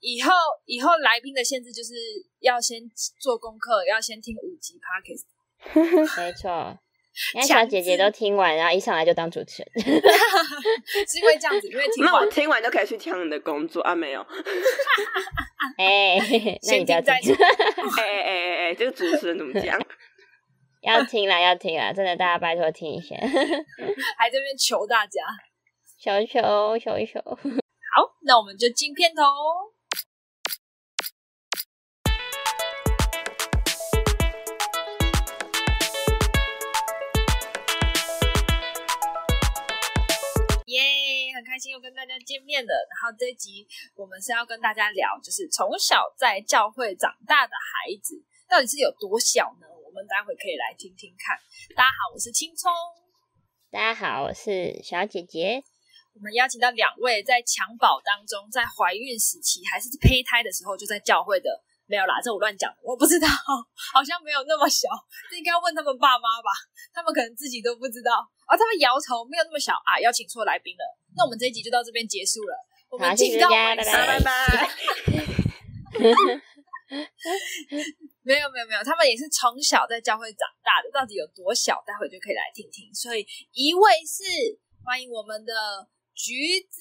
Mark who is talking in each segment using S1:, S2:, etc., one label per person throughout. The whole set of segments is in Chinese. S1: 以后以后来宾的限制就是要先做功课，要先听五集 podcast。
S2: 没错。因为小姐姐都听完，然后一上来就当主持人，
S1: 是因为这样子，因为听
S3: 那我
S1: 完
S3: 听完就可以去抢你的工作啊？没有，
S2: 哎、 那你
S1: 先
S2: 不要
S1: 听再，
S2: 听
S1: 说。
S3: 哎哎哎哎哎，这个主持人怎么讲？
S2: 要听啦，要听啦，真的大家拜托听一下，
S1: 还在那边求大家。
S2: 求求求求！
S1: 好，那我们就进片头哦。耶、很开心又跟大家见面了。然后这一集我们是要跟大家聊，就是从小在教会长大的孩子到底是有多小呢？我们待会可以来听听看。大家好，我是青葱。
S2: 大家好，我是小姐姐，
S1: 我们邀请到两位在襁褓当中，在怀孕时期还是胚胎的时候就在教会的，没有啦，这我乱讲，我不知道，好像没有那么小，这应该要问他们爸妈吧，他们可能自己都不知道啊，他们摇头，没有那么小啊，邀请错来宾了，那我们这一集就到这边结束了，我
S2: 好
S1: 们
S2: 谢
S1: 进
S2: 谢
S1: 到
S2: 大
S1: 尾
S2: 家拜
S1: 声
S3: 好，拜拜。
S1: 没有没有没有，他们也是从小在教会长大的，到底有多小，待会就可以来听听。所以一位是欢迎我们的橘子，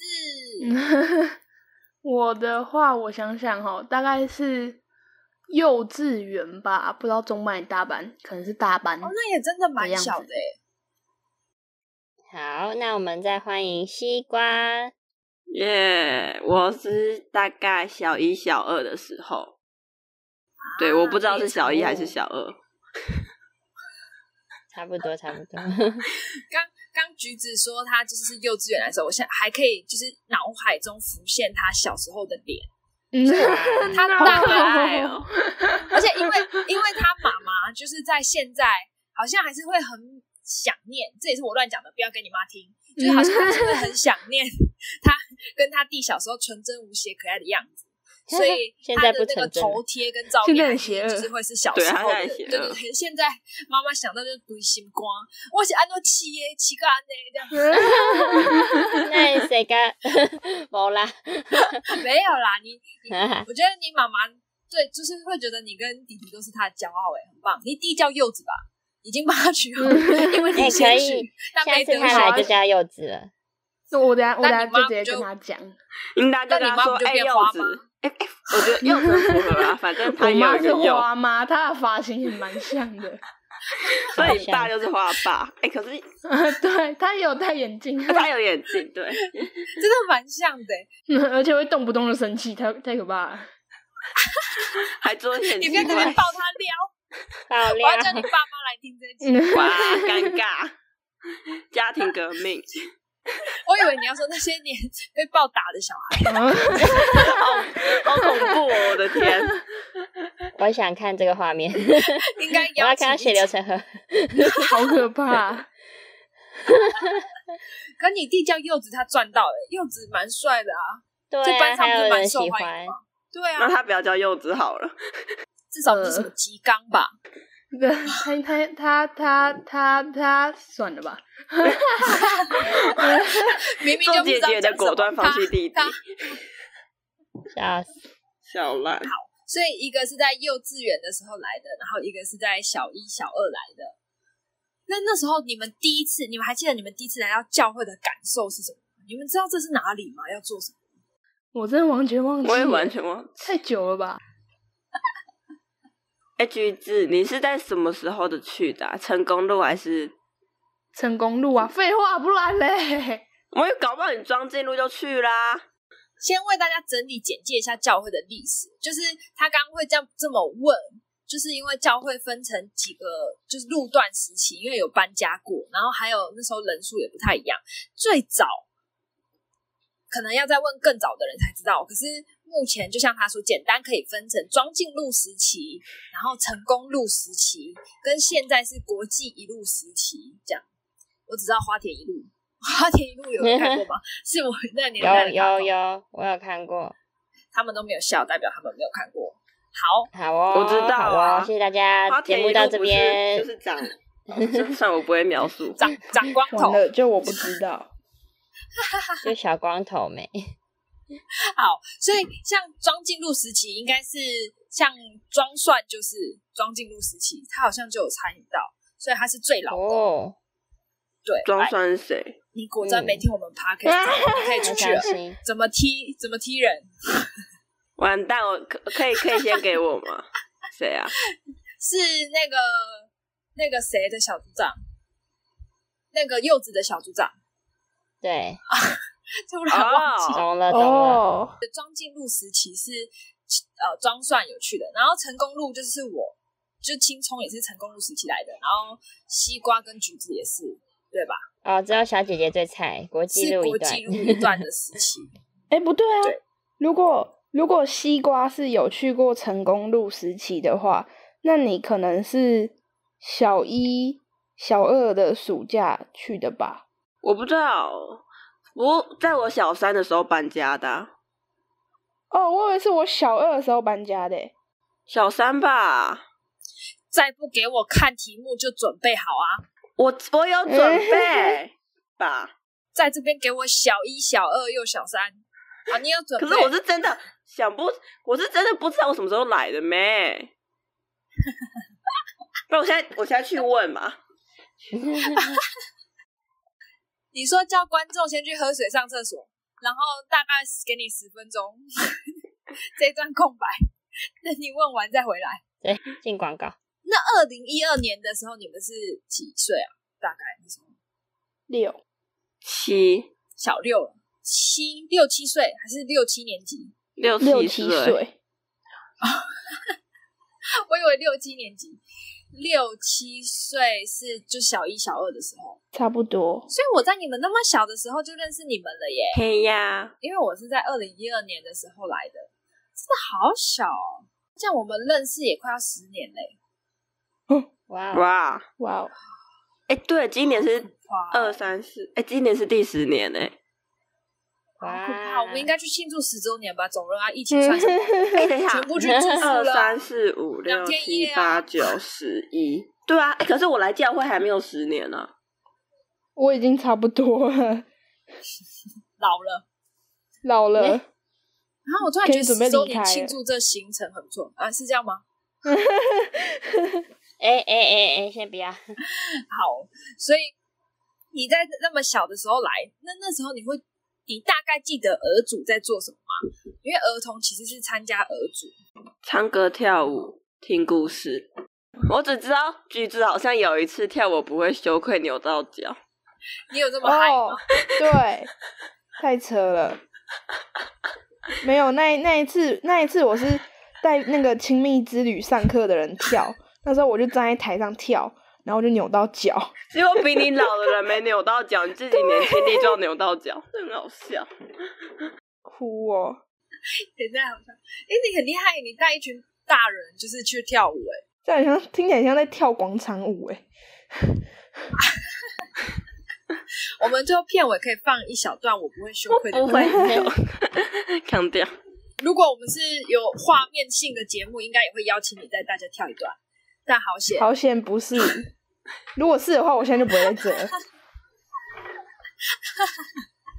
S4: 我的话，我想想哦，大概是幼稚园吧，不知道中班还是大班，可能是大班。
S1: 哦，那也真的蛮
S4: 的样子
S1: 小的欸耶
S2: 好，那我们再欢迎西瓜，
S3: 耶我是大概小一、小二的时候，对，我不知道是小一还是小二。
S2: 差不多差不多，
S1: 刚刚橘子说他就是幼稚园来的时候，我现在还可以就是脑海中浮现他小时候的 脸，
S4: 嗯，
S1: 他
S3: 好
S1: 大
S3: 可
S1: 概，
S3: 爱哦！
S1: 而且因为因为他妈妈就是在现在好像还是会很想念，这也是我乱讲的，不要给你妈听，就是好像还是会很想念他跟他弟小时候纯真无邪可爱的样 子。 所以
S2: 现
S1: 他
S2: 在
S1: 的
S2: 不
S1: 那个
S2: 纯真
S1: 头
S2: 了
S1: 贴跟照
S4: 现
S1: 片
S4: 在很
S1: 还是
S4: 邪恶
S1: 就是会是小
S3: 对
S1: 时
S3: 他
S1: 候
S3: 现
S1: 的，
S3: 在很邪
S1: 对对
S3: 恶
S1: 对。 现在妈妈想到就是堆心肝，我是安诺气耶，气个安内这样。
S2: 那谁干？ 没啦，
S1: 没有啦， 你你，我觉得你妈妈对，就是会觉得你跟弟弟都是她的骄傲、欸，哎，很棒。你弟叫柚子吧，已经帮他取好了，因为
S2: 哎
S1: 你
S2: 可
S1: 先
S2: 以
S1: 取，但
S2: 下
S1: 没
S2: 次
S1: 得
S2: 他来
S1: 说
S2: 就。叫柚子了。
S4: 那我等下我等下
S1: 那你妈
S4: 就直接
S1: 不就
S4: 跟他讲，
S3: 应该就
S1: 那
S3: 跟
S1: 你
S3: 他
S1: 妈
S3: 说
S1: 不：“就
S3: 哎、
S1: 变
S3: 柚
S1: 花
S3: 子
S1: 吗，
S3: 哎、哎、我觉得柚子很符合啊，反正他
S4: 我
S3: 也有
S4: 妈
S3: 一
S4: 是
S3: 个柚，
S4: 花妈，她的发型也蛮像的，
S3: 所以你爸就是花爸。哎、可是
S4: 对，她也有戴眼镜，
S3: 他有眼镜，对，
S1: 真的蛮像的、欸，
S4: 而且会动不动就生气，太太可怕了。
S3: 还做一点
S1: 你
S3: 奇
S1: 不要在那
S3: 怪
S1: 边，抱他撩，
S2: 爆
S1: 我要叫
S2: 料
S1: 你！爸妈来听这
S2: 嗯
S1: 一集。
S3: 哇，尴尬，家庭革命，
S1: 我以为你要说那些年被暴打的小孩，
S3: 好恐怖哦！我 的天，
S2: 我想看这个画面，
S1: 应该
S2: 我要
S1: 邀
S2: 看
S1: 请
S2: 到
S1: 一
S2: 血
S1: 起
S2: 流成河。
S4: 好可怕！
S1: 可你弟叫柚子，他赚到了、柚子蛮帅的啊。
S2: 对
S1: 这班
S2: 啊，
S1: 上
S2: 还
S1: 不是
S2: 有
S1: 蛮
S2: 人
S1: 受
S2: 喜
S1: 欢迎
S2: 欢
S1: 吗，对
S3: 那
S2: 嗯
S1: 啊，
S3: 他不要叫柚子好了。
S1: 至少不是什么鸡缸吧？
S4: 他他他他他他，算了吧。
S2: 嗯
S1: 明明
S3: 做
S1: 就不
S3: 姐
S1: 知道
S3: 姐的
S1: 讲什
S3: 果
S1: 么
S3: 断放弃弟弟
S1: 他，
S2: 笑死！
S3: 小烂。
S1: 所以一个是在幼稚园的时候来的，然后一个是在小一、小二来的。那那时候你们第一次，你们还记得你们第一次来到教会的感受是什么吗？你们知道这是哪里吗？要做什么？
S4: 我真的完全忘记，
S3: 我也完全忘。
S4: 太久了吧？
S3: 哎、橘子，你是在什么时候的去的、啊？成功路还是？
S4: 成功路啊，废话，不然 嘞，
S3: 我也搞不好你装进路就去啦。
S1: 先为大家整理简介一下教会的历史。就是他刚刚会这样这么问，就是因为教会分成几个就是路段时期，因为有搬家过，然后还有那时候人数也不太一样。最早可能要再问更早的人才知道，可是目前就像他说，简单可以分成庄敬路时期，然后成功路时期，跟现在是国际一路时期这样。我只知道花田一路，花田一路有人看过吗？是我那个年代
S2: 有
S1: 的卡通
S2: 有有，我有看过。
S1: 他们都没有笑，代表他们没有看过。好，
S2: 好哦，
S3: 我知道
S2: 好
S3: 啊
S2: 哦，谢谢大家。
S3: 花
S2: 节
S3: 田
S2: 目
S3: 一
S2: 到
S3: 路
S2: 这
S3: 不是
S2: 边哎
S3: 就，是长，就 算我不会描 述。
S1: 长长光头，
S4: 就我不知道。
S2: 就小光头妹，
S1: 好，所以像庄进入时期，应该是像庄算，就是庄进入时期，他好像就有参与到，所以他是最老的。
S2: 哦，
S1: 对，
S3: 装
S1: 来
S3: 蒜是谁？
S1: 你果真没听我们 p o d c
S2: 嗯
S1: a 可以
S2: 好
S1: 出去
S2: 伤
S1: 了。
S2: 心。
S1: 怎么踢？怎么踢人？
S3: 完蛋，我可可以可以先给我吗？ 谁啊？
S1: 是那个那个谁的小组长，那个柚子的小组长，
S2: 对，
S1: 突
S3: 哦
S1: 然忘记。
S2: 懂了懂了。
S4: 哦，
S1: 庄进路时期是呃庄算有去的，然后成功路就是我，就青葱也是成功路时期来的，然后西瓜跟橘子也是，对吧？
S2: 哦，知道小姐姐最菜，国际
S1: 是
S2: 路
S1: 国
S2: 一段
S1: 际。路一段的时期。
S4: 哎，不对啊
S1: 对，
S4: 如果如果西瓜是有去过成功路时期的话，那你可能是小一、小二的暑假去的吧？
S3: 我不知道，我在我小三的时候搬家的啊、
S4: 哦，我以为是我小二的时候搬家的欸。
S3: 小三吧。
S1: 再不给我看题目就准备好啊！
S3: 我我有准备吧，
S1: 在这边给我小一、小二又小三啊！你有准备？
S3: 可是我是真的想不，我是真的不知道我什么时候来的没。不然我现在我现在去问嘛。
S1: 你说叫观众先去喝水、上厕所，然后大概给你十分钟 这一段空白，等你问完再回来。
S2: 对，进广告。
S1: 那二零一二年的时候，你们是几岁啊？大概那时候
S4: 六，
S3: 七
S1: 小六了，七六七岁还是六七年级？
S3: 六
S4: 六
S3: 七
S4: 七，岁，
S1: 我以为六七年级，六七岁是就小一、小二的时候，
S4: 差不多。
S1: 所以我在你们那么小的时候就认识你们了耶。
S3: 嘿呀，
S1: 因为我是在二零一二年的时候来的，真的好小哦。像我们认识也快要十年嘞，
S2: 哇哦，
S3: 哇！
S4: 哇哦，
S3: 哎、对，今年是
S1: 哇，
S3: 二三四，哎，今年是第十年哎、
S1: 好
S2: 哇
S1: 可怕！我们应该去庆祝十周年吧？总不能让疫情 算什么？
S3: 哎、等一下
S1: 全，部去住宿
S3: 二
S1: 了啊
S3: 三。四五
S1: 两
S3: 六
S1: 天一
S3: 七
S1: 夜啊
S3: 八九十一，对啊，哎、可是我来教会还没有十年啊呢、
S4: 我已经差不多了，
S1: 老了，
S4: 老了。
S1: 然后我突然觉得
S4: 可以准备
S1: 十周
S4: 离开
S1: 年
S4: 了
S1: 庆祝这行程很不错啊，是这样吗？
S2: 哎哎哎哎，先不要。
S1: 好，所以你在那么小的时候来，那那时候你会，你大概记得儿组在做什么吗？因为儿童其实是参加儿组，
S3: 唱歌跳舞听故事。我只知道橘子好像有一次跳我不会羞愧扭到脚，
S1: 你有这么嗨吗？
S4: 哦，对，太扯了。没有，那那一次，那一次我是带那个亲密之旅上课的人跳，那时候我就站在台上跳，然后我就扭到脚。
S3: 结果比你老的人没扭到脚，你自己年轻力壮扭到脚，很好笑。
S4: 哭哦！
S1: 现在好像，哎、你很厉害，你带一群大人就是去跳舞、哎，
S4: 这好像听起来像在跳广场舞哎。
S1: 我们最后片尾可以放一小段我不会羞愧的
S3: 不
S1: 歌。
S3: 会扭，扛掉。
S1: 如果我们是有画面性的节目，应该也会邀请你带大家跳一段。但好险，
S4: 好险不是，如果是的话，我现在就不会在这了。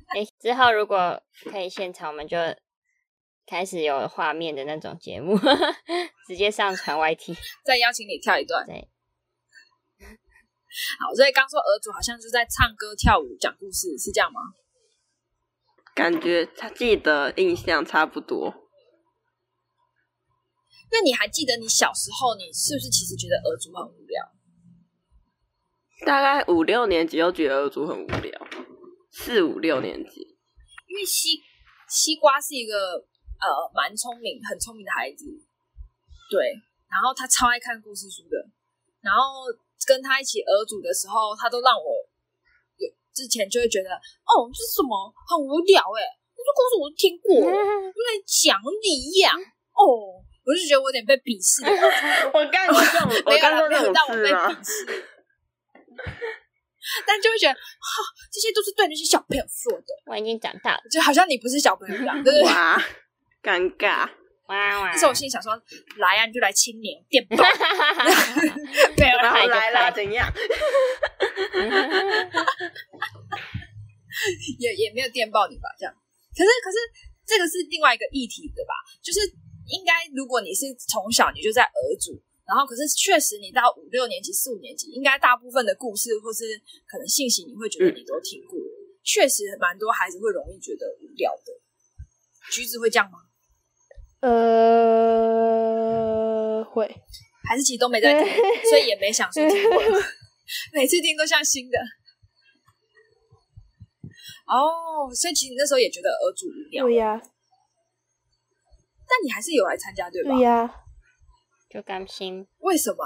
S2: 哎，之后如果可以现场，我们就开始有画面的那种节目， 直接上传 YT。
S1: 再邀请你跳一段。
S2: 对，
S1: 好，所以刚说儿主好像就在唱歌、跳舞、讲故事，是这样吗？
S3: 感觉他记得印象差不多。
S1: 那你还记得你小时候，你是不是其实觉得儿主很无聊？
S3: 大概五六年级就觉得二组很无聊，四五六年级
S1: 因为西西瓜是一个呃蛮聪明、很聪明的孩子，对，然后他超爱看故事书的，然后跟他一起儿主的时候，他都让我有之前就会觉得哦，这是什么很无聊哎、欸，这故事我都听过，不能讲理呀、哦，我就觉得我有点被鄙视的感觉
S3: 我干过这 种，
S1: 没
S3: 我
S1: 有
S3: 干
S1: 啦，
S3: 过
S1: 没有
S3: 这
S1: 到我
S3: 种事啊
S1: 被
S3: 吗
S1: 鄙？视， 但就会觉得，哈，这些都是对那些小朋友说的，
S2: 我已经长大了，
S1: 就好像你不是小朋友一 样，对不对？
S3: 哇，尴尬。
S2: 哇哇！
S1: 那时 候我心里想说，来啊，你就来清零电报， 没有啦
S3: 然后
S2: 派就
S3: 来啦，
S2: 派
S3: 怎样？
S1: 也也没有电报你吧，这样。可是可是这个是另外一个议题的吧？就是应该，如果你是从小你就在儿组，然后可是确实你到五六年级、四五年级，应该大部分的故事或是可能信息，你会觉得你都听过。确实，蛮多孩子会容易觉得无聊的。橘子会这样吗？
S4: 呃，会，
S1: 还是其实都没在听，所以也没想说听过，每次听都像新的。哦，所以其实你那时候也觉得儿主无聊，
S4: 对呀、
S1: 但你还是有来参加对吧？
S4: 对呀、
S2: 就甘心。
S1: 为什么？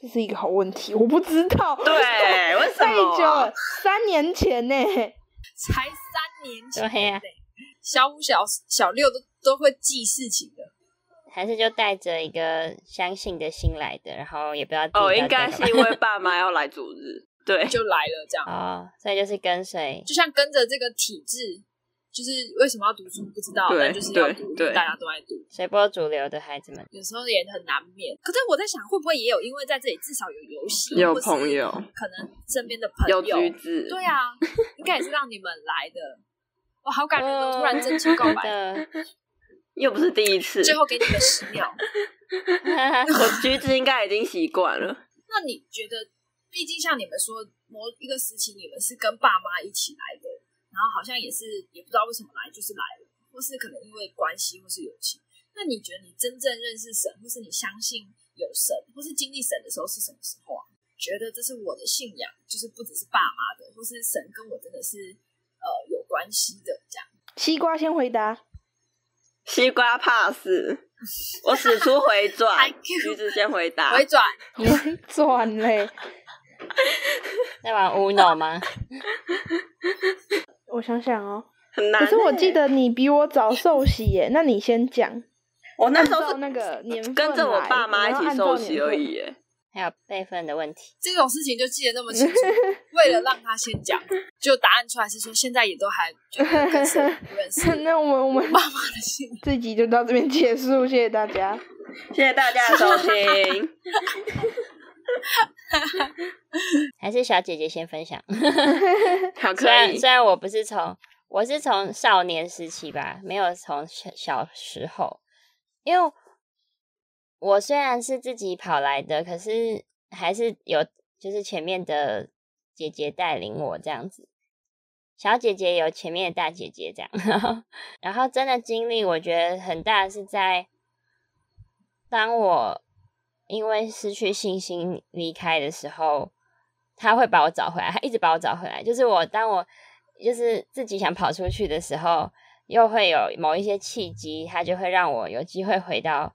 S4: 这是一个好问题，我不知道。
S3: 对，为什
S4: 太
S3: 么？
S4: 久了，三年前呢、
S1: 才三年前，
S2: 对呀
S1: 小五、小小六都都会记事情的。
S2: 还是就带着一个相信的心来的，然后也不知道自己到
S3: 哦，
S2: 底
S3: 应该
S2: 在
S3: 是
S2: 干嘛
S3: 因为爸妈要来主日， 对，
S1: 就来了，这样
S2: 哦，所以就是跟随
S1: 就像跟着这个体制，就是为什么要读书不知道，
S3: 对
S1: 但就是要读，
S3: 对对
S1: 大家都在读，
S2: 随波逐流的孩子们。
S1: 有时候也很难免。可是我在想，会不会也有因为在这里至少有游戏，
S3: 有
S1: 或是
S3: 朋友
S1: 可能身边的朋
S3: 有
S1: 友，
S3: 橘子，
S1: 对啊，应该也是让你们来的。我好感人哦！
S2: 嗯
S1: 突然真情告 白，
S2: 真
S3: 又不是第一次，
S1: 最后给你们十秒。
S2: 的，
S3: 我橘子应该已经习惯了。
S1: 那你觉得，毕竟像你们说，某一个时期你们是跟爸妈一起来的，然后好像也是也不知道为什么来，就是来了，或是可能因为关系或是友情。那你觉得你真正认识神，或是你相信有神，或是经历神的时候是什么时候啊？觉得这是我的信仰，就是不只是爸妈的，或是神跟我真的是呃有关系的这样。
S4: 西瓜先回 答，
S3: 西瓜 pass，我使出回 转
S1: IQ，
S3: 橘子先回答
S1: 哎回，转，
S4: 回转嘞。
S2: 在玩 Uno 吗？
S4: 我想想哦，啊
S3: 很难欸。
S4: 可是我记得你比我早受洗耶，那你先讲。
S3: 我那
S4: 按
S3: 时候
S4: 照
S3: 是
S4: 那个年份
S3: 跟着我爸妈一起受洗而已
S4: 来。
S3: 耶。
S2: 还有辈分的问题，
S1: 这种事情就记得那么清楚，为了让他先讲，就答案出来是说现在也都还觉得跟神不认识
S4: 我。要按照年份 那我们我们
S1: 爸妈的信仰，
S4: 这集就到这边结束，谢谢大家。
S3: 谢谢大家的收听，
S2: 还是小姐姐先分享。
S3: 好可
S2: 虽然
S3: 以
S2: 虽然我不是从，我是从少年时期吧，没有从小小时候，因为我虽然是自己跑来的，可是还是有就是前面的姐姐带领我这样子，小姐姐有前面的大姐姐这样， 然后然后真的经历，我觉得很大是在当我因为失去信心离开的时候，他会把我找回来，他一直把我找回来。就是我当我就是自己想跑出去的时候，又会有某一些契机，他就会让我有机会回到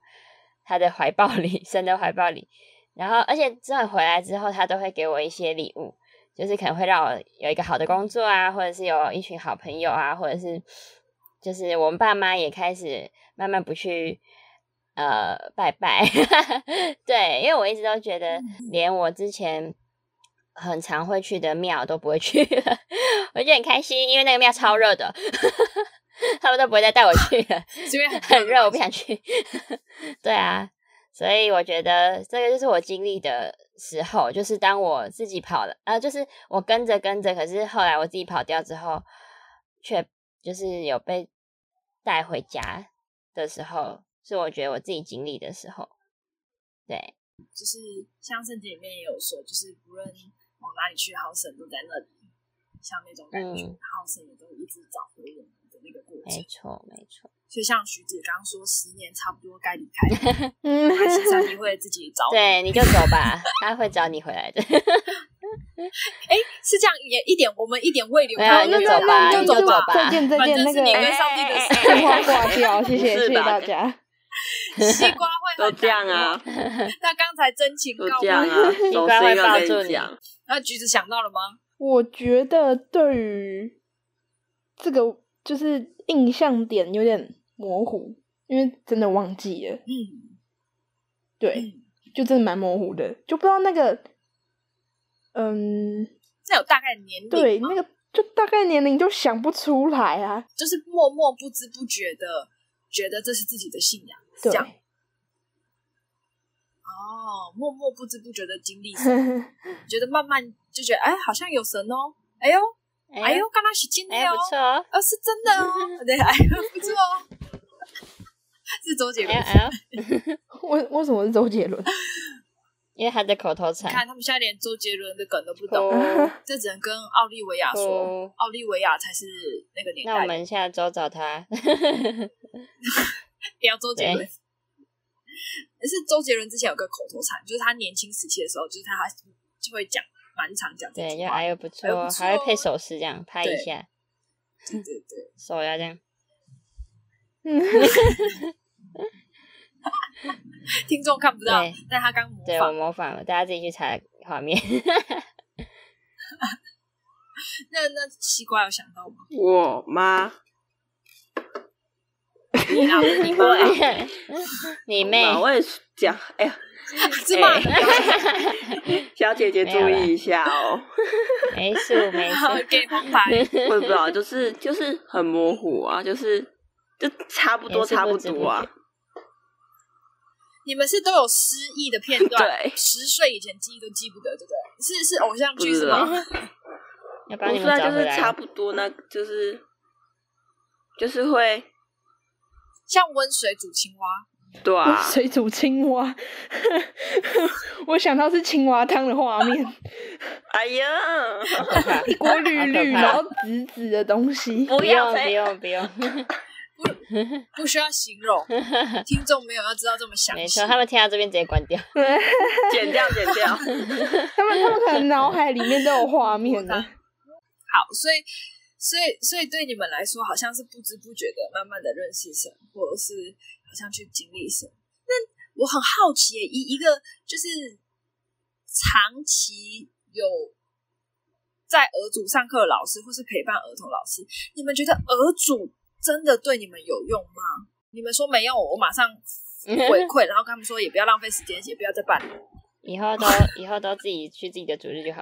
S2: 他的怀抱里， 神的怀抱里。然后，而且之后回来之后，他都会给我一些礼物，就是可能会让我有一个好的工作啊，或者是有一群好朋友啊，或者是就是我们爸妈也开始慢慢不去呃拜拜， 对，因为我一直都觉得连我之前很常会去的庙都不会去了， 我就很开心，因为那个庙超热的， 他们都不会再带我去了。
S1: 是因为 很
S2: 很热，我不
S1: 想。
S2: 想去。对啊，所以我觉得这个就是我经历的时候，就是当我自己跑了，呃，就是我跟着跟着，可是后来我自己跑掉之后，却就是有被带回家的时候，是我觉得我自己经历的时候。对，
S1: 就是像圣经里面也有说，就是不论往哪里去，好神都在那里，像那种感觉，
S2: 嗯哎
S1: 好神也都一直找回我们的那个过程
S2: 没。错，没错，
S1: 所以像徐子刚说，十年差不多该离开了，
S4: 嗯，
S1: 但是上帝会自己找你。
S2: 对，你就走吧，他会找你回来的。
S1: 哎，是这样，也一点我们一点未留，
S2: 没有你
S1: 就
S2: 就走吧
S1: 就
S2: 你就
S1: 走
S2: 走
S1: 吧
S2: 吧。
S4: 再见再
S1: 反
S4: 见，
S1: 正
S4: 那
S1: 是你跟
S4: 个
S1: 上帝的事，
S4: 电话挂掉，谢谢
S3: 哎不 是
S4: 谢谢
S3: 吧
S4: 大家。
S1: 西瓜会
S3: 都
S1: 很
S3: 这样啊，
S1: 那刚才真情
S3: 都
S1: 告
S3: 这
S1: 白，
S3: 样 啊，总是
S2: 会抱
S3: 要
S2: 住
S3: 跟
S2: 你
S3: 你讲。
S1: 那橘子想到了吗？
S4: 我觉得对于这个就是印象点有点模糊，因为真的忘记了，
S1: 嗯，
S4: 对，就真的蛮模糊的，就不知道那个，嗯，
S1: 这有大概年龄吗，
S4: 对，那个就大概年龄就想不出来啊，
S1: 就是默默不知不觉的觉得这是自己的信仰，是
S4: 对
S1: 这，样哦，默默 不知不觉的经历神，觉得慢慢就觉得哎，好像有神哦，哎呦， 哎呦，刚刚是真的
S2: 哎，
S1: 哦
S2: 不，错哦，
S1: 哦是真的 哦，对，哎呦不错哦， 是周杰
S2: 哎
S1: 伦
S2: 呦。哎呦，
S4: 为为什么是周杰伦？
S2: 因为他的口头
S1: 你
S2: 禅。
S1: 看他们现在连周杰伦的梗都不懂，
S2: 哦
S1: 这只能跟奥利维亚说，
S2: 哦
S1: 奥利维亚才是那个年
S2: 那我
S1: 代的，
S2: 们下周找他。
S1: 聊周杰 伦。可是周杰伦之前有个口头禅，就是他年轻时期的时候，就是他还就会讲蛮常讲这
S2: 对，
S1: 句
S2: 就
S1: 话
S2: 哎，呦不
S1: 哎呦
S2: 错，
S1: 不错
S2: 还会配手势这样拍一
S1: 对
S2: 下，
S1: 对对对，
S2: 手要这样。
S4: 嗯，
S1: 听众看不到
S2: 对，
S1: 但他刚模
S2: 对我
S1: 仿。
S2: 模仿了，大家自己去查画面。
S1: 那那西瓜有想到 吗？
S3: 我妈，
S1: 你啊，你妈啊，
S2: 你妹，
S3: 我也是讲，哎呀，
S1: 是吗？
S3: 小姐姐
S2: 没
S3: 注
S2: 有啦
S3: 意一 下哦。
S2: 没事没
S1: 好
S2: 事，
S1: 给黄 牌，
S3: 我也不知道，就是就是很模糊啊，就是就差不多
S2: 也是
S3: 差
S2: 不知
S3: 多啊
S2: 不。
S1: 你们是都有失忆的片段，
S3: 对
S1: 十岁以前记忆都记不得，对不对？是是偶像剧
S3: 不
S1: 是
S3: 知
S1: 吗
S3: 道？
S2: 要帮
S3: 我
S2: 你
S3: 虽
S2: 们
S3: 然
S2: 找
S3: 就是
S2: 回来
S3: 差
S2: 了。
S3: 不多那，就是就是会
S1: 像温水煮青蛙，
S3: 对 啊，
S4: 水煮青蛙， 我想到是青蛙汤的画面，
S3: 哎呀，
S2: 好可怕
S4: 一 锅绿
S2: 好可
S4: 绿
S2: 怕
S4: 然后紫紫的东西。
S3: 不
S2: 不
S3: 要
S2: 用
S3: 再
S2: 不用不用，
S1: 不需要形 容，听众没有要知道这么详
S2: 没
S1: 细
S2: 错，。他们听到这边直接关掉。
S3: 剪掉剪掉，
S4: 他们他们可能脑海里面都有画面呢。
S1: 好，所以所以所以对你们来说，好像是不知不觉的，慢慢的认识神，或者是好像去经历神。那我很好奇耶，以一个就是长期有在儿组上课的老师，或是陪伴儿童老师，你们觉得儿组真的对你们有用吗？你们说没用，我马上回馈，然后跟他们说也不要浪费时间，也不要再办了。
S2: 以后都以后都自己去自己的主日就好。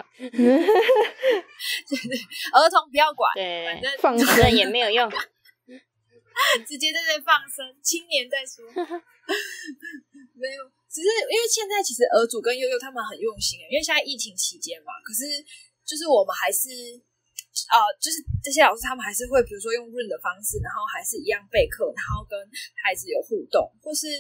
S1: 儿童不要管，
S2: 对
S1: 反，正
S4: 放
S2: 反正
S4: 生
S2: 也没有用。
S1: 直接在这放生，青年再说。 没有，只是因为现在其实儿主跟悠悠他们很用心，欸因为现在疫情期间嘛，可是就是我们还是。呃，就是这些老师他们还是会，比如说用润的方式，然后还是一样备课，然后跟孩子有互动，或是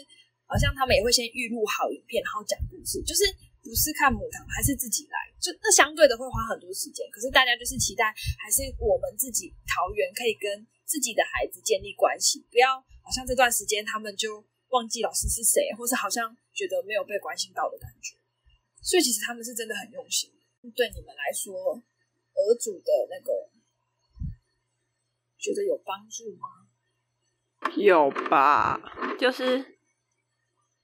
S1: 好像他们也会先预录好影片，然后讲故事，就是不是看母堂，还是自己来，就那相对的会花很多时间。可是大家就是期待，还是我们自己桃园可以跟自己的孩子建立关系，不要好像这段时间他们就忘记老师是谁，或是好像觉得没有被关心到的感觉。所以其实他们是真的很用心。对你们来说，儿主的那个觉得有帮助吗？
S3: 有吧？就是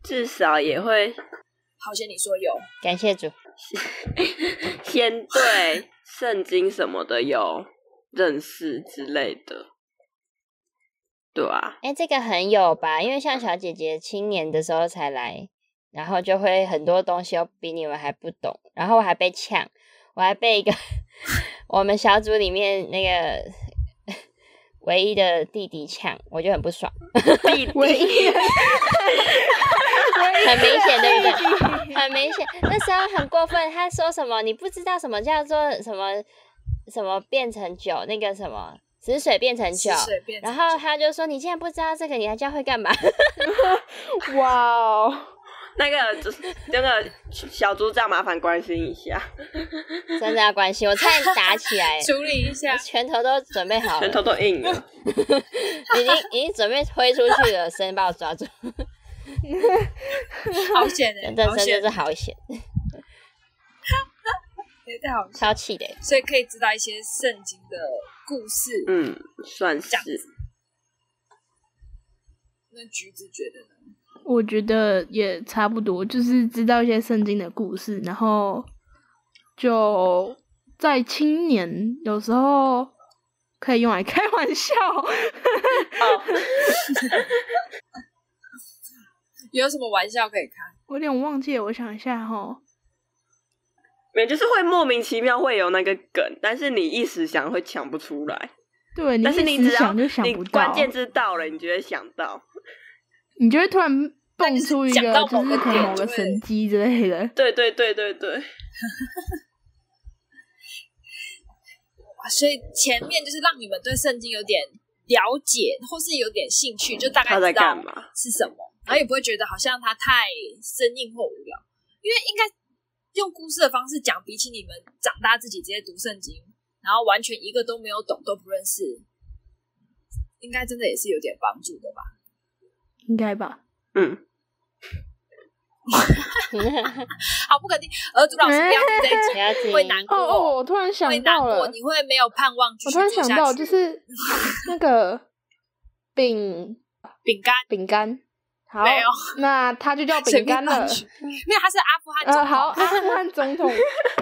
S3: 至少也会
S1: 好险你说有，
S2: 感谢主，
S3: 先对圣经什么的有认识之类的，对啊，
S2: 哎，这个很有吧？因为像小姐姐青年的时候才来，然后就会很多东西都比你们还不懂，然后我还被呛，我还被 一个我们小组里面那个唯一的弟弟呛，我就很不 爽，
S3: 弟
S4: 唯
S3: 弟
S4: 一，
S2: 很明显，对不对？很明显，那时候很过分，他说什么你不知道什么叫做什么什么变成酒，那个什么死水变成酒。
S1: 随便。，
S2: 然后他就说：“你竟然不知道这个，你还教会干嘛？”
S4: 哇哦，
S3: 那个就是那个小组长，麻烦关心一下，
S2: 真的要关心，我差点打起 来
S1: 处理一下
S2: 我，拳头都准备好
S3: 拳
S2: 了
S3: 头，都硬 了。
S2: 已经已经准备推出去了，生把我抓住，
S1: 好险哎、
S2: 真的
S1: 好
S2: 真
S1: 险
S2: 的是，好险，
S1: 哎太好险，
S2: 超气的。
S1: 所以可以知道一些圣经的故事。
S3: 嗯，算是
S1: 这样那橘子觉得呢？
S5: 我觉得也差不多，就是知道一些圣经的故事，然后就在青年有时候可以用来 开玩笑。
S1: 有什么玩笑可以开？
S5: 我有点忘记了，我想一下哈，
S3: 没有就是会莫名其妙会有那个梗，但是你一时想会想不出来，
S5: 对你
S3: 但是
S5: 一
S3: 你
S5: 时
S3: 只要
S5: 想就想
S3: 你
S5: 不
S3: 关
S5: 到，
S3: 键字到了，你就会想到。
S5: 你就会突然
S1: 那就
S5: 蹦
S1: 是
S5: 出一
S1: 讲
S5: 个
S1: 到
S5: 就
S1: 某个
S5: 是可
S1: 点
S5: 能某
S1: 就
S5: 个
S1: 会
S5: 神机之类的。
S3: 对对对对对，
S1: 啊所以前面就是让你们对圣经有点了解，或是有点兴趣，就大概
S3: 他在
S1: 知道
S3: 干嘛？
S1: 是什么，然后也不会觉得好像它太生硬或无聊，因为应该用故事的方式讲，比起你们长大自己直接读圣经，然后完全一个都没有懂都不认识，应该真的也是有点帮助的吧。
S5: 应该吧？
S3: 嗯，
S1: 好，不肯定，儿祖老 师不要听这一集，
S2: 不要听
S1: 会难过，
S4: 哦哦，我突然想
S1: 会难
S4: 到
S1: 过，
S4: 了，
S1: 你会没有盼望继
S4: 我
S1: 续
S4: 突然
S1: 做
S4: 想
S1: 下
S4: 到
S1: 去
S4: 就是 那个饼
S1: 饼干
S4: 饼干，好
S1: 没有，
S4: 那它就叫
S1: 随
S4: 饼
S1: 便
S4: 干
S1: 乱
S4: 了。
S1: 取，因为他是阿富汗
S4: 呃，
S1: 总
S4: 好，
S1: 统，
S4: 阿富汗总统，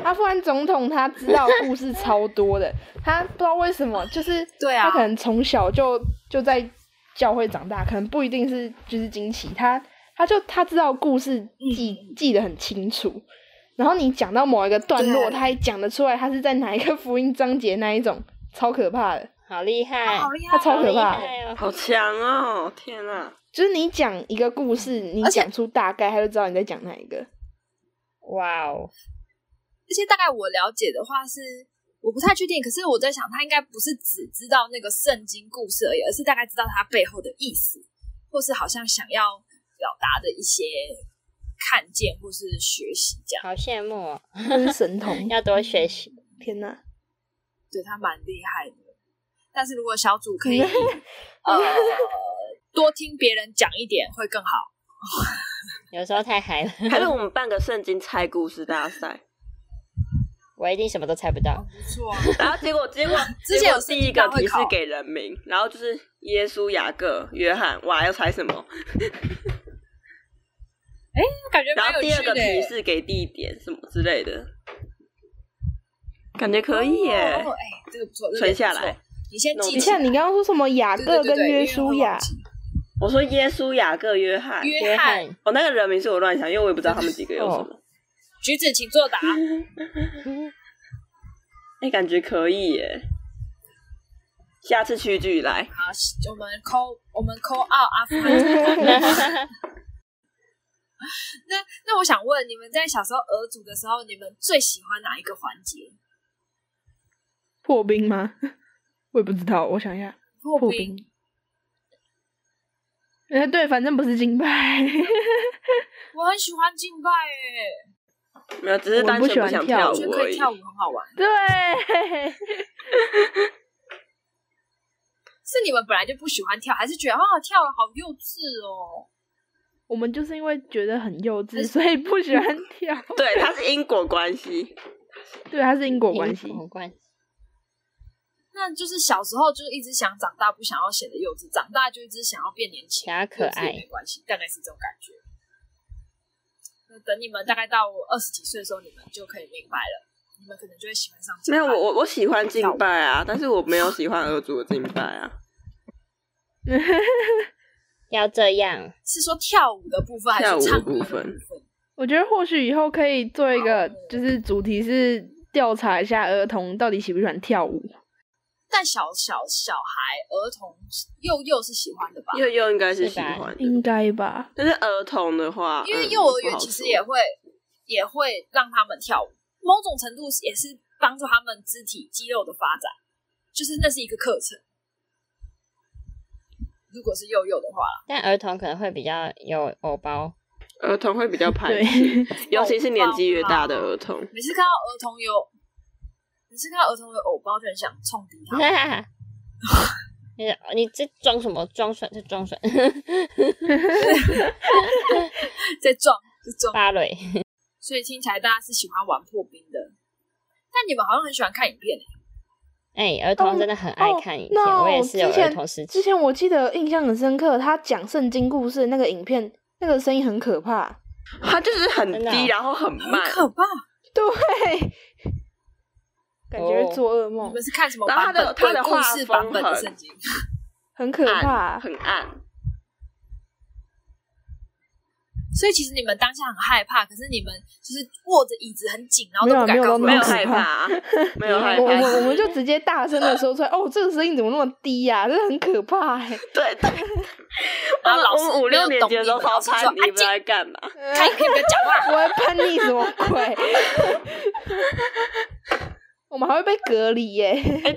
S4: 阿富汗总统他知道故事超多的，他不知道为什么，就是
S1: 对啊
S4: 他可能从小就就在教会长大，可能不一定是就是惊奇，他他就他知道故事记、
S1: 嗯
S4: 记得很清楚，然后你讲到某一个段落，
S1: 对
S4: 他还讲得出来，他是在哪一个福音章节那一种，超可怕的。
S2: 好厉害，
S1: 好厉害
S4: 他
S1: 哦，
S4: 超
S2: 好
S4: 可
S2: 厉
S4: 怕
S2: 害哦！
S3: 好强哦！天啊，
S4: 就是你讲一个故事，你
S1: 而且
S4: 讲出大概，他就知道你在讲哪一个。
S2: 哇哦，
S1: 而且大概我了解的话是，我不太确定，可是我在想，他应该不是只知道那个圣经故事而已，而是大概知道它背后的意思，或是好像想要表达的一些看见或是学习这样。
S2: 好羡慕哦！，
S4: 他是神 童
S2: 要多学习。
S4: 天哪！
S1: 对他蛮厉害的。但是如果小组可以呃多听别人讲一点会更好，
S2: 有时候太嗨了，
S3: 还是我们办个圣经猜故事 大赛，
S2: 我一定什么都猜不到。
S1: 不错。
S3: 然后结果结果
S1: 之前
S3: 结果
S1: 有圣
S3: 第
S1: 经
S3: 一个
S1: 大会
S3: 提示
S1: 考
S3: 给人名，然后就是耶稣、雅各、约翰，哇，要猜什么？
S1: 感觉蛮
S3: 然后
S1: 有
S3: 第二
S1: 趣
S3: 个
S1: 的欸
S3: 提
S1: 耶。
S3: 示给地点什么之类的，感觉可以耶
S1: 哦，哦哎、这个不错，这个
S3: 存下
S1: 不错
S3: 来。。
S1: 你先
S3: 弄
S1: 记
S4: 等一
S1: 起
S4: 下，
S1: 来。
S4: 你刚刚说什么雅
S1: 对
S4: 各
S1: 对
S4: 跟
S1: 对
S4: 约
S1: 因为会
S4: 书
S1: 忘
S4: 亚？
S1: 记
S3: 我说耶稣、雅各、约翰，
S1: 约哦
S2: 约
S1: 翰
S2: 翰，
S3: 哦，那个人名是我乱想，因为我也不知道他们几个有什么。
S1: 橘子，请作答。
S3: 哎、感觉可以耶，下次去剧来。
S1: 好，啊我们扣我们啊扣二阿富汗。 那那我想问，你们在小时候儿组的时候，你们最喜欢哪一个环节？
S4: 破冰吗？ 我也不知道，我想一下，
S1: 破
S4: 破
S1: 冰。
S4: 冰。哎，对，反正不是金牌，
S1: 我很喜欢敬拜诶，
S3: 没有，只是单纯
S4: 我不喜
S3: 想
S4: 欢跳
S1: 我
S4: 舞
S1: 觉
S3: 舞
S1: 得可
S3: 而
S1: 以
S3: 已。
S1: 跳舞很好玩。
S4: 对，
S1: 是你们本来就不喜欢跳，还是觉得啊跳了好幼稚哦？
S4: 我们就是因为觉得很幼稚，所以不喜欢 跳。
S3: 对，它是因果关系。
S4: 对，它是因果关系
S2: 因。果关系
S1: 那就是小时候就一直想长大，不想要显得幼稚；长大就一直想要变年轻，
S2: 想要可爱
S1: 幼稚也没关系，大概是这种感觉。那等你们大概到二十几岁的时候，你们就可以明白了，你们可能就会喜欢上这
S3: 没
S1: 个
S3: 有，
S1: 吧。
S3: 我我我喜欢敬拜啊，但是我没有喜欢俄族的敬拜啊。
S2: 要这样，
S1: 是说跳舞的部分还
S3: 跳舞
S1: 是
S3: 的
S1: 唱歌
S3: 部
S1: 的
S3: 分
S4: 我觉得或许以后可以做一个，就是主题是调查一下儿童到底喜不喜欢跳舞。
S1: 但小小小孩、儿童、幼幼是喜欢的吧？
S3: 幼幼应该是
S2: 是
S3: 喜
S2: 吧
S3: 欢的，
S4: 应该吧？
S3: 但是儿童的话，
S1: 因为
S3: 嗯
S1: 幼儿园
S3: 不好
S1: 其实
S3: 说
S1: 也会也会让他们跳舞，某种程度也是帮助他们肢体肌肉的发展，就是那是一个课程。如果是幼幼的话啦，
S2: 但儿童可能会比较有偶 包，
S3: 儿童会比较排
S4: 对
S3: 斥，， 尤其是年纪越大 的儿童。
S1: 每次看到儿童有，每次看到儿童有偶包，就很想冲击他。
S2: 你你这装什么装蒜？这装蒜
S1: 在撞，在撞。
S2: 芭蕾，
S1: 所以听起来大家是喜欢玩破冰的，但你们好像很喜欢看影片、欸，
S2: 哎、儿童真的很爱看影片，
S4: 哦
S2: 我也是有
S4: 之前
S2: 儿童时期
S4: 之。前我记得印象很深刻，他讲圣经故事那个影片，那个声音很可怕。
S3: 它就是很
S2: 真的
S4: 啊
S3: 低，
S2: 哦
S3: 然后很慢，
S1: 很可怕。
S4: 对， 感觉会
S2: 哦
S4: 做噩
S1: 你
S4: 梦
S1: 们，是看什么
S3: 然后
S1: 版
S3: 它
S1: 本？
S3: 的它
S1: 对
S3: 的
S1: 故事
S3: 画
S1: 版
S3: 风
S1: 本的
S3: 很
S1: 圣经。
S4: 很可怕
S3: 暗，。很暗。
S1: 所以其实你们当下很害怕，可是你们就是握着椅子很紧，然后都
S4: 没有
S1: 不敢
S4: 没
S1: 告诉
S3: 没有
S4: 有
S1: 老师
S3: 害怕 啊，没有害
S4: 我我我
S3: 怕，
S4: 们就直接大声的说出来，哦，这个声音怎么那么低呀、真的很可怕哎、
S3: 对对。
S1: 然啊后老师
S3: 我们五六
S1: 没
S3: 年
S1: 有
S3: 级的时候
S1: 懂你
S3: 超
S1: 老师说啊
S3: 叛逆，
S1: 安
S3: 不知道在干嘛。
S1: 看影片不要讲话。
S4: 我还叛逆什么鬼？我们还会被隔离
S3: 哎、
S4: 耶、
S3: 对，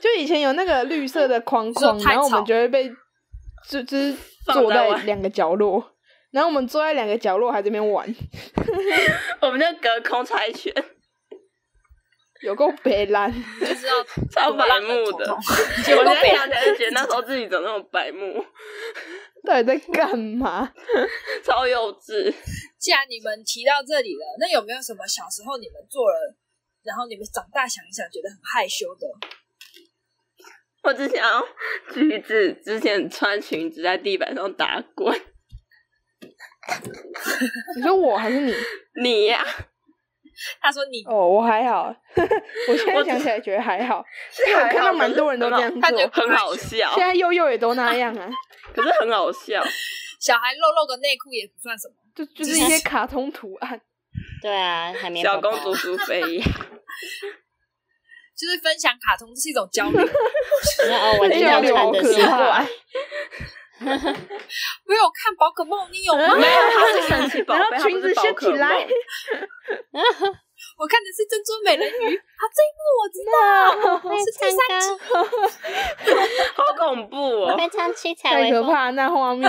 S4: 就以前有那个绿色的框
S1: 你
S4: 框，
S1: 说太
S4: 然后我们
S1: 吵
S4: 就会被就就是
S3: 放
S4: 坐
S3: 在
S4: 在
S3: 外
S4: 两个角落，然后我们坐在两个角落还这边玩，
S3: 我们就隔空猜拳，
S4: 有够悲蓝。
S1: 就知道
S3: 超
S1: 多
S3: 白
S1: 烂的
S3: 目
S1: 头
S3: 的。
S1: 痛
S3: 我现在想起来就觉得那时候自己怎么那么白目，
S4: 到底在干嘛？
S3: 超幼稚。
S1: 既然你们提到这里了，那有没有什么小时候你们做了，然后你们长大想一想觉得很害羞的？
S3: 我只想要橘子之前穿裙子在地板上打滚，
S4: 你说我还是你？
S3: 你呀、
S1: 他说你，
S4: 哦，我还好， 我现
S3: 我
S4: 在
S3: 只
S4: 想起来觉得还好，
S3: 是
S4: 因为我
S3: 还
S4: 看
S3: 好
S4: 到蛮多人都这样
S1: 他
S4: 做
S1: 就，
S3: 很好笑，
S4: 现在悠悠也都那样啊，
S3: 可是很好笑。
S1: 小孩露露个内裤也不算什么，
S4: 就就是一些卡通图案。
S2: 对啊，海绵
S3: 小
S2: 宝宝
S3: 公主苏菲 亚，
S1: 就是分享卡通是一种交 流。
S2: 你看 哦，我今
S4: 交
S2: 天
S4: 流好
S2: 穿的
S4: 可
S2: 是
S4: 怕，
S1: 我有看宝可梦，你有吗？
S3: 没有，她是神奇宝
S4: 然
S3: 贝，
S4: 后
S3: 她不
S4: 裙
S3: 是
S4: 子
S3: 宝
S4: 掀
S3: 可
S4: 起
S3: 梦。
S4: 来，
S1: 我看的是珍珠美人鱼。啊，这一幕我知道，
S2: 我
S1: 是
S2: 被
S1: 第三
S2: 唱歌，
S3: 好恐怖
S2: 我
S3: 哦！
S2: 被唱七彩
S4: 太
S2: 微
S4: 可
S2: 风，
S4: 怕了那画面。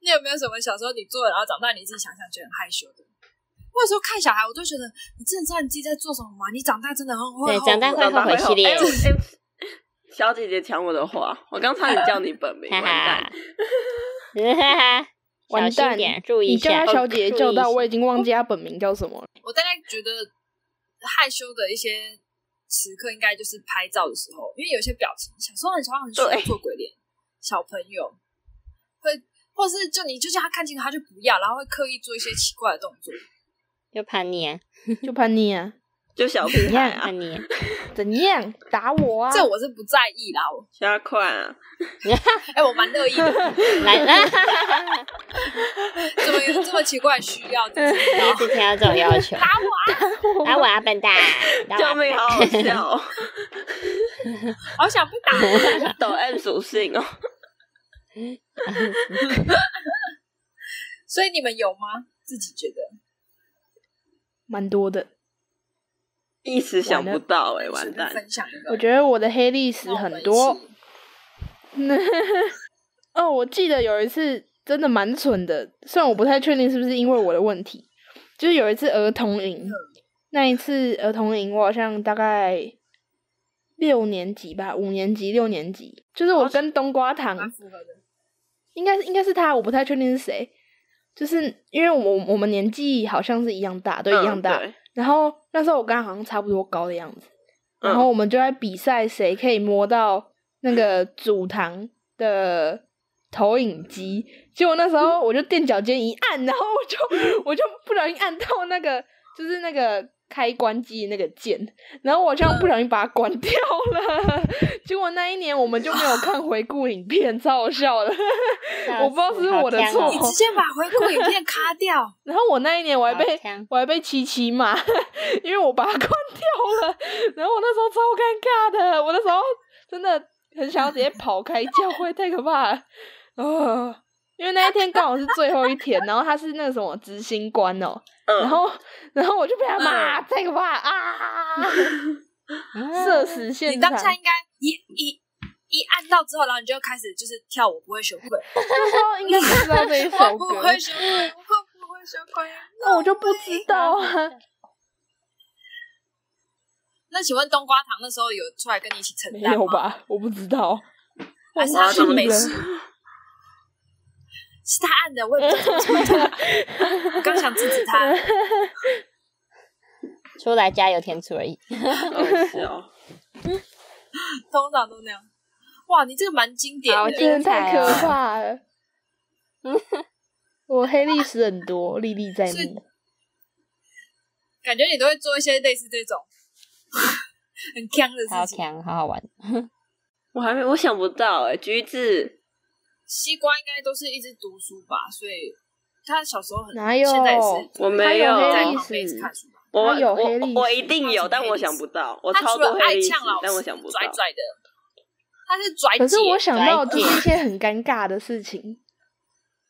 S1: 你有没有什么小时候你做了，然后长大你自己想想觉得很害羞的？我有时候看小孩，我都觉得你真的知道你自己在做什么吗？你长大真的很会
S2: 对
S1: 后悔
S2: 长大会后悔系列
S3: 哎我哎小姐姐抢我的话，我刚差点叫你本名，
S2: 哈
S3: 完
S2: 哈
S3: 蛋！，
S2: 哈哈，小
S4: 完
S2: 心
S4: 蛋
S2: 点，注意
S4: 你
S2: 一
S4: 叫
S2: 下，哦
S4: 她小姐姐叫到，
S2: 注
S4: 我
S2: 意一
S4: 已经忘记她本名叫什么了。
S1: 我大概觉得害羞的一些时刻，应该就是拍照的时候，因为有些表情，小时候很常很喜欢
S3: 对
S1: 做鬼脸，小朋友会，或是就你就叫他看镜头，他就不要，然后会刻意做一些奇怪的动作。
S2: 下就叛逆啊，
S4: 就叛逆啊，
S3: 就小屁孩
S4: 哎
S3: 啊，
S2: 叛逆啊，
S4: 怎样打我啊？
S1: 这我是不在意啦，我
S3: 加快啊！
S1: 哎、我蛮乐意的，
S2: 来啊啦，
S1: 怎么有这么奇怪的需要？自己 知道
S2: 第一次听到这种要求，打我，打我啊，笨 蛋，打我啊
S3: 救命，好好笑哦！
S1: 好想被打。
S3: 抖 M 属性哦，
S1: 所以你们有吗？自己觉得
S4: 蛮多的。
S3: 一时想不到哎，完
S1: 随便
S3: 蛋！
S1: 分享一个，
S4: 我觉得我的黑历史
S1: 那我们
S4: 很多
S1: 一。起
S4: 哦，我记得有一次真的蛮蠢的，虽然我不太确定是不是因为我的问题，就是有一次儿童营，那一次儿童营我好像大概六年级吧，五年级、六年级，就是
S3: 哦
S4: 我跟冬瓜糖
S3: 啊
S1: 蛮符合的。
S4: 应该是应该是他，我不太确定是谁。就是因为我我们年纪好像是一样大，对，一样
S3: 嗯
S4: 大。
S3: 对
S4: 然后那时候我刚好像差不多高的样子，然后
S3: 嗯
S4: 我们就在比赛谁可以摸到那个主堂的投影机。结果那时候我就垫脚尖一按，然后我就我就不小心按到那个就是那个开关机那个键，然后我好像不小心把它关掉了。 结果那一年我们就没有看回顾影片，超好笑的。我不知道是不是我的错
S2: 好
S1: 你
S2: 呛哦
S1: 直接把回顾影片卡掉，
S4: 然后我那一年我还
S2: 好
S4: 被
S2: 强
S1: 嗯
S4: 我还被七七骂， 因为我把它关掉了。 然后我那时候超尴尬的，我那时候真的很想要直接跑开教会，太可怕了。 哦，因为那一天刚好是最后一天，然后他是那个什么执行官哦，
S3: 嗯，
S4: 然后然后我就被他
S1: 嗯
S4: 骂，太可怕了啊！
S2: 啊
S4: 社死 现
S1: 你
S4: 场
S1: 当，下应该一一一按到之后，然后你就开始就是跳我不会羞愧，
S4: 那时候应该不知道这一
S1: 我
S4: 首
S1: 不
S4: 歌，
S1: 会羞愧，我不会羞愧。
S4: 那我就不知道啊。
S1: 那请问冬瓜糖那时候有出来跟你一起承
S4: 没
S1: 担
S4: 有
S1: 吗？
S4: 吧？我不知道，
S1: 还是他
S4: 我
S1: 说
S4: 忘记
S1: 没
S4: 了
S1: 事？是他按的，我也不知道怎么回答。我刚想制止 他，
S2: 出来加油添醋而已，
S3: 好 笑，哦
S1: 通常都那样。哇，你这个蛮经典
S2: 好
S1: 的，
S4: 真的
S2: 精彩
S4: 太
S1: 啊
S4: 可
S2: 哦
S4: 怕 了。我黑历史很多，历历在
S1: 所以
S4: 目。
S1: 感觉你都会做一些类似这种 很强的
S2: 超
S1: 事情。
S2: 强，好好玩，
S3: 我还没我想不到哎，橘子
S1: 西瓜应该都是一直读书吧，所以他小时候很
S4: 哪有
S1: 现在也是
S3: 我没
S4: 他有
S1: 在
S4: 黑历
S1: 旁
S4: 史
S1: 边一直看书吧。
S3: 我
S4: 他有
S3: 我
S4: 黑历史
S3: 我一定有，但我想不到，我超
S1: 除了
S3: 多黑
S1: 爱
S3: 历史
S1: 呛老，
S3: 但我
S1: 师
S3: 想不到
S1: 拽。拽的，他是拽姐。
S4: 可是我想到
S2: 来
S4: 就是一些很尴尬的事情。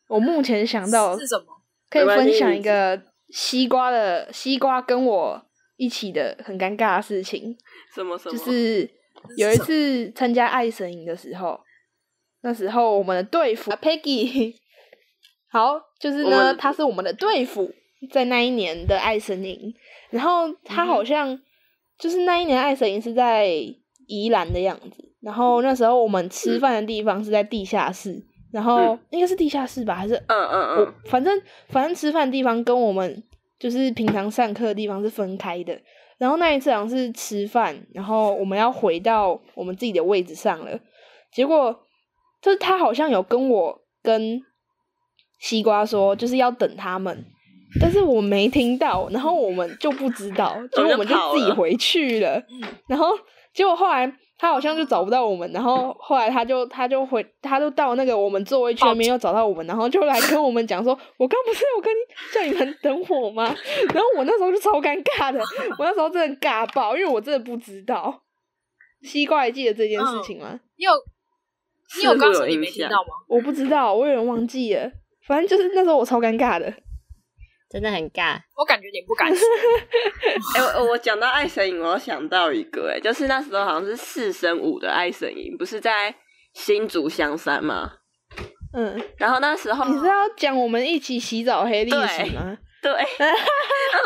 S4: 我目前想到
S1: 是什么？
S4: 可以
S3: 没关系
S4: 分享
S3: 你
S4: 一个西瓜的西瓜跟我一起的很尴尬的事情，
S3: 什么什
S4: 就
S3: 么？
S4: 是有一次参加爱神营的时候，那时候我们的队服 Peggy，好，就是
S3: 啊我
S4: 呢，
S3: 们
S4: 他是我们的队服，在那一年的爱神营，然后
S3: 嗯
S4: 他好像、就是那一年爱神营是在宜兰的样子，然后那时候我们吃饭的地方是在地下室，然后
S3: 嗯
S4: 应该是地下室吧，还是
S3: 嗯嗯
S4: 我
S3: 嗯，
S4: 反正反正吃饭的地方跟我们就是平常上课的地方是分开的。然后那一次好像是吃饭，然后我们要回到我们自己的位置上了。结果就是他好像有跟我跟西瓜说，就是要等他们，但是我没听到，然后我们就不知道，结果我们就自己回去了。嗯然后结果后来他好像就找不到我们，然后后来他就他就回他就到那个我们座位区那边又找到我们，然后就来跟我们讲说， 我刚不是有跟你叫你们等我吗？然后我那时候就超尴尬的，我那时候真的尬爆，因为我真的不知道。西瓜还记得这件
S3: 嗯
S4: 事情吗？
S1: 你 有你有
S3: 似乎
S1: 告诉
S3: 有
S1: 你
S3: 印
S1: 没听
S3: 象
S1: 到吗？
S4: 我不知道，我有点忘记了。反正就是那时候我超尴尬的，
S2: 真的很尬。
S1: 我感觉你不 敢说，
S3: 哎、我我讲到爱神营，我想到一个、哎，就是那时候好像是四升五的爱神营，不是在新竹香山吗？
S4: 嗯，
S3: 然后那时候
S4: 你是要讲我们一起洗澡黑历史
S3: 哦对
S4: 吗？
S3: 对， 那时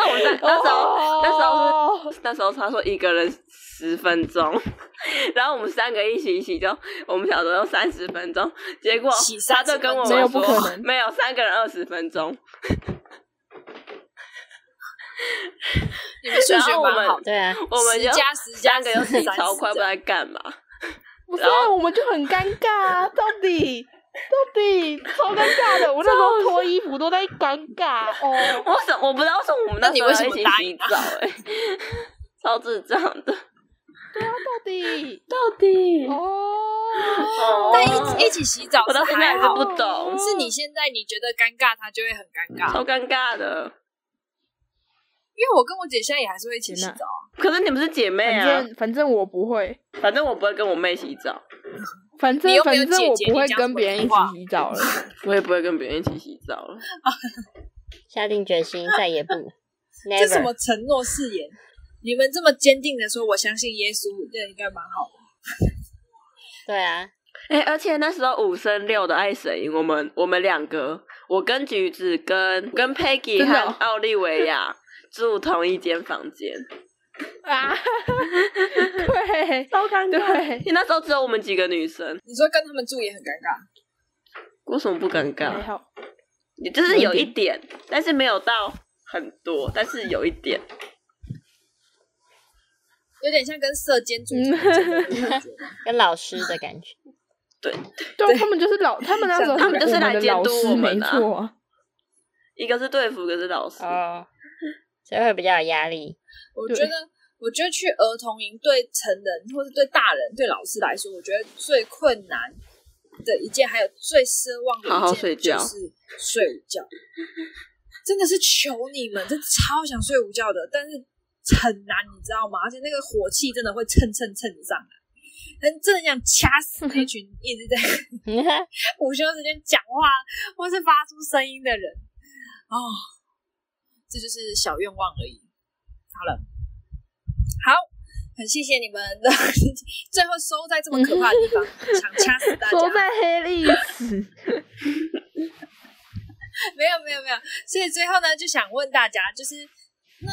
S3: 候我们在那时
S4: 哦
S3: 候那时候是
S4: 候
S3: 那时候他说一个人十分钟， 然后我们三个一起洗就，我们小时候用三十分钟，结果
S1: 洗
S3: 他
S1: 30
S3: 就跟我
S4: 没有
S3: 们
S4: 不可
S3: 说
S4: 能
S3: 没有三个人二十分钟，
S1: 你们数学
S3: 然后我
S1: 蛮
S3: 们
S1: 好的，
S2: 对啊，
S3: 我们
S1: 十
S3: 就
S1: 加十加
S3: 三个又洗
S1: 30
S3: 超快，不
S1: 这
S3: 知
S1: 样
S3: 道在干嘛。
S4: 不是、
S3: 然
S4: 啊，
S3: 后
S4: 我们就很尴尬、啊，到底到底超尴尬的。我那时候脱衣服都在尴尬哦。
S3: 我怎我不知道为什么我们
S1: 那
S3: 那时候
S1: 你为什
S3: 要一
S1: 么
S3: 起
S1: 答
S3: 洗
S1: 应他
S3: 澡哎、 超智障的，
S4: 对啊，到底
S3: 到底
S4: 哦，
S3: 哦
S1: 但一一起洗澡
S3: 我到
S1: 是
S3: 现在
S1: 还
S3: 还是
S1: 好
S3: 不，懂，
S1: 是你现在你觉得尴尬，他就会很尴尬。
S3: 超尴尬的。
S1: 因为我跟我姐现在也还是会一起洗澡啊，
S3: 可是你们是姐妹
S4: 反
S3: 啊，
S4: 正反正我不会，
S3: 反正我不会跟我妹洗澡，
S4: 反正
S1: 你又没
S4: 反
S1: 有
S4: 正我
S1: 姐姐
S4: 不会
S1: 你讲
S4: 跟
S1: 什么
S4: 别人一起
S1: 话
S4: 洗澡了。
S3: 我也不会跟别人一起洗澡了。
S2: 下定决心再也不
S1: 这什么
S2: ，never。
S1: 承诺誓言？你们这么坚定的说，我相信耶稣，这应该蛮好的。
S2: 对啊，
S3: 哎、而且那时候五升六的爱神营，我们我们两个，我跟橘子跟跟 Peggy
S4: 真的
S3: 和
S4: 哦
S3: 奥利维 亚住同一间房间，
S4: 啊，对，
S3: 超尴
S4: 尬
S3: 因为那时候只有我们几个女生，
S1: 你说跟他们住也很尴尬，
S3: 为什么不尴尬
S4: 还？好，
S3: 也就是有一点，但是没有到很多，但是有一点。
S1: 有点像跟射箭组
S4: 嗯
S1: 组织的感觉。
S2: 跟老师的感觉。
S4: 对啊他们就是老，他们那时候
S3: 他们就是
S4: 我
S3: 来
S4: 的
S3: 监
S4: 老
S3: 督
S4: 师，
S3: 我
S4: 没
S3: 们的啊
S4: 错啊。
S3: 一个是队服，一个是老师。
S2: 哦，所以会比较有压力。
S1: 我
S4: 对
S1: 觉得，我觉得去儿童营对成人或者对大人、对老师来说，我觉得最困难的一件，还有最奢望的一件，
S3: 好好睡觉
S1: 就是睡午觉。真的是求你们，真的超想睡午觉的，但是很难，你知道吗？而且那个火气真的会蹭蹭蹭上来，很真的想掐死那群一直在 午休时间讲话或是发出声音的人哦，这就是小愿望而已。好了，好，很谢谢你们的， 最后收在这么可怕的地方，想掐死大家。
S4: 说在黑历史，
S1: 没有没有没有，所以最后呢，就想问大家，就是那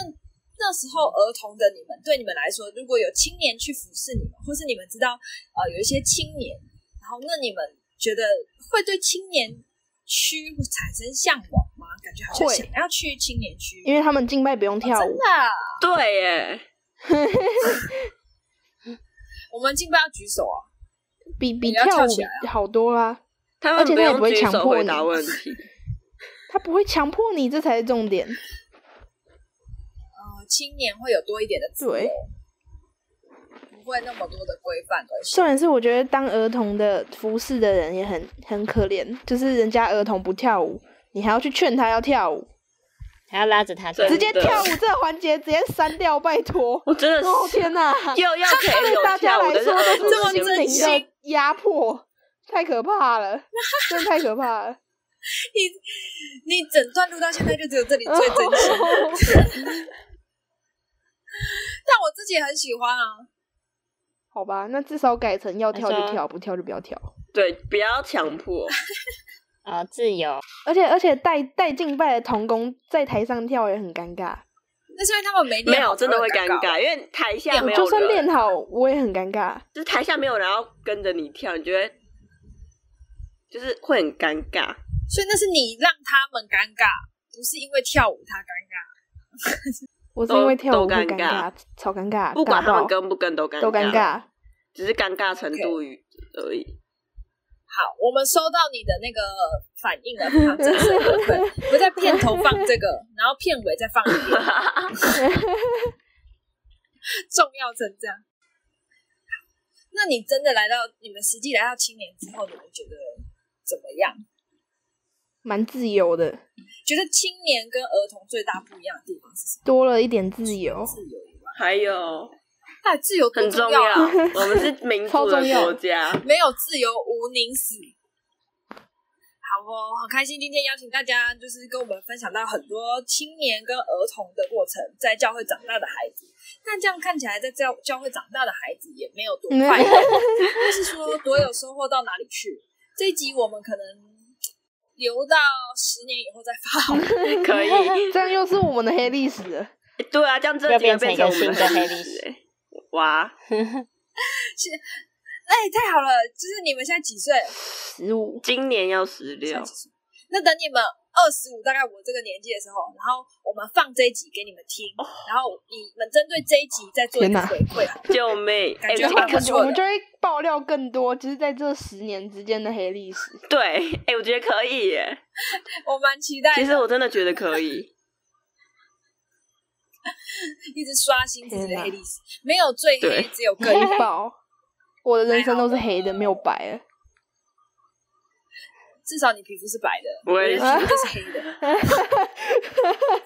S1: 那时候儿童的你们，对你们来说，如果有青年去服侍你们，或是你们知道呃有一些青年，然后那你们觉得会对青年区产生向往吗？感觉好像
S4: 会
S1: 想要去青年区，
S4: 因为他们敬拜不用跳
S1: 真
S4: 舞
S1: 的，啊，
S3: 对耶，
S1: 我们敬拜要举手啊，
S4: 比比
S1: 你要
S4: 跳
S1: 跳
S4: 舞
S1: 起来
S4: 比好多啊啦。
S3: 他
S4: 而
S3: 们
S4: 且
S3: 不
S4: 他也不
S3: 用
S4: 会
S3: 举
S4: 强
S3: 手
S4: 迫
S3: 回
S4: 你
S3: 答问 题。
S4: 他不会强迫你，这才是重点。
S1: 呃，青年会有多一点的自
S4: 对
S1: 由，不会那么多的规范关系。
S4: 重点是，我觉得当儿童的服侍的人也很很可怜，就是人家儿童不跳舞，你还要去劝他要跳舞，
S2: 还要拉着他跳
S3: 真
S4: 直
S3: 对。
S4: 接
S3: 的
S4: 跳舞这个环节直接删掉，拜托！
S3: 我真的
S4: 哦
S3: 是
S4: 天哪，
S3: 又要可以
S4: 对大
S3: 有
S4: 家
S3: 跳
S4: 来
S3: 舞，但是
S4: 说
S3: 儿
S4: 都
S3: 童
S1: 这么
S4: 是
S3: 先
S4: 心
S1: 真
S4: 灵
S1: 心
S4: 的压迫，太可怕了，真的太可怕了。
S1: 你你整段路到现在就只有这里最真 心，但我自己也很喜欢啊。
S4: 好吧，那至少改成要跳
S2: 那
S4: 就
S2: 就
S4: 跳，不跳就不要跳。
S3: 对，不要强迫。
S2: 啊、自由，
S4: 而且而且带带敬拜的童工在台上跳也很尴尬，
S1: 那是因为他们没
S3: 没
S1: 练好
S3: 有，真的会
S1: 才
S3: 尴
S1: 尬。
S3: 尬，因为台下
S4: 我
S3: 没有
S4: 就算
S3: 人，
S4: 练好我也很尴尬。
S3: 就是台下没有人要跟着你跳，你觉得就是会很尴尬。
S1: 所以那是你让他们尴尬，不是因为跳舞他尴尬。
S4: 我是因为
S3: 都
S4: 跳舞
S3: 都
S4: 会
S3: 尴
S4: 尴
S3: 尬，
S4: 超尴尬，
S3: 不管
S4: 尬
S3: 他们
S4: 爆
S3: 跟不跟都尴
S4: 都尴尬。
S3: 只是尴尬程度与而已。
S1: 好，我们收到你的那个反 应了，非常真实的部分。我在片头放这个，然后片尾再放一遍， 重要成这样。那你真的来到你们实际来到青年之后，你们觉得怎么样？
S4: 蛮自由的，
S1: 觉得青年跟儿童最大不一样的地方是什么？
S4: 多了一点自
S3: 哦
S4: 由。
S1: 自由以外，
S3: 还有
S1: 哎，自由多
S3: 很重
S1: 要，
S3: 要
S1: 啊！
S3: 我们是民
S4: 超
S3: 主的
S4: 重要
S3: 国家，
S1: 没有自由无宁死。好哦，很开心今天邀请大家，就是跟我们分享到很多青年跟儿童的过程，在教会长大的孩子。但这样看起来，在教教会长大的孩子也没有多快乐，或是说多有收获到哪里去。这一集我们可能留到十年以后再发好了，
S3: 可以。
S4: 这样又是我们的黑历史了，
S3: 对啊，这样这
S2: 又
S3: 几
S2: 变
S3: 个
S2: 成
S3: 变
S2: 一个
S3: 成我们
S2: 新的黑
S3: 历
S2: 历
S3: 史
S2: 史
S3: 欸。哇，
S1: 哎、太好了！就是你们现在几岁？
S4: 十五
S3: 今年要十
S1: 现 在
S3: 六
S1: 几，岁？那等你们二十五，大概我这个年纪的时候，然后我们放这一集给你们听，然后你们针对这一集再做一
S4: 哦天
S1: 个
S4: 哪
S1: 回馈 好了。
S3: 救命！哎，
S1: 感觉
S3: 我
S4: 然后
S1: 蛮
S4: 我
S1: 不
S4: 们
S1: 错
S4: 就
S1: 的
S4: 我们就会爆料更多，就是在这十年之间的黑历史。
S3: 对，哎，我觉得可以耶。
S1: 我蛮期待的，
S3: 其实我真的觉得可以。
S1: 一直刷新自己
S4: 天
S1: 的
S4: 哪
S1: 黑历史，没有最黑
S3: 对，
S1: 只有更
S4: 黑
S1: 黑。
S4: 爆！我的人生都是黑的，没有白的。
S1: 至少你皮肤是白的，
S3: 我也
S1: 的
S3: 是
S1: 皮肤就是黑的。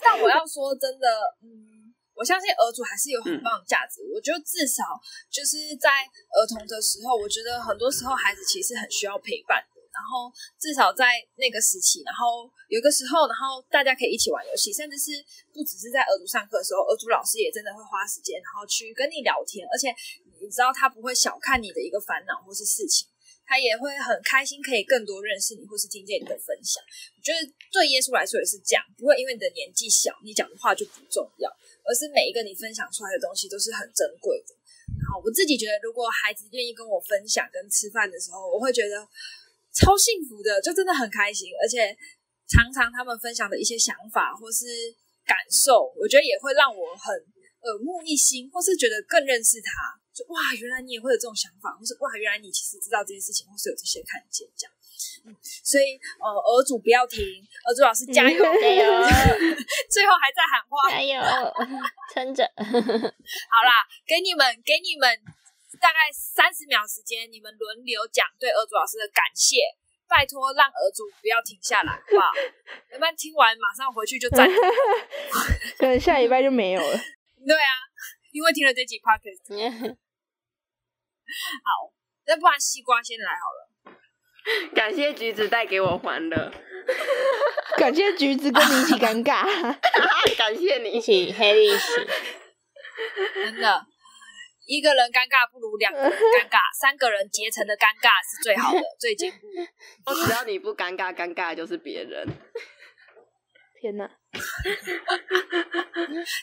S1: 但我要说真的，嗯，我相信儿主还是有很棒的价值。我觉得至少就是在儿童的时候，我觉得很多时候孩子其实很需要陪伴的。然后至少在那个时期，然后有一个时候，然后大家可以一起玩游戏，甚至是不只是在儿主上课的时候，儿主老师也真的会花时间，然后去跟你聊天，而且你知道他不会小看你的一个烦恼或是事情。他也会很开心，可以更多认识你，或是听见你的分享。我觉得对耶稣来说也是这样，不会因为你的年纪小，你讲的话就不重要，而是每一个你分享出来的东西都是很珍贵的。然后我自己觉得，如果孩子愿意跟我分享，跟吃饭的时候，我会觉得超幸福的，就真的很开心。而且常常他们分享的一些想法或是感受，我觉得也会让我很耳目一新，或是觉得更认识他。就哇，原来你也会有这种想法，或是哇，原来你其实知道这件事情，或是有这些看见这样。嗯所以呃，儿主不要停，儿主老师加油，
S2: 加油，
S1: 最后还在喊话。
S2: 加油，撑着。
S1: 好啦，给你们，给你们大概三十秒时间，你们轮流讲对儿主老师的感谢。拜托，让儿主不要停下来，好不好？你们听完马上回去就站起来，
S4: 可能下礼拜就没有了。
S1: 因为听了这集 podcast。那不然西瓜先来好了。
S3: 感谢橘子带给我欢乐，
S4: 感谢橘子跟你一起尴尬，
S3: 啊感谢你
S2: 一。起黑历史，
S1: 真的，一个人尴尬不如两个人尴尬，三个人结成的尴尬是最好的，最坚固。
S3: 只要你不尴尬，尴尬的就是别人。
S4: 天哪！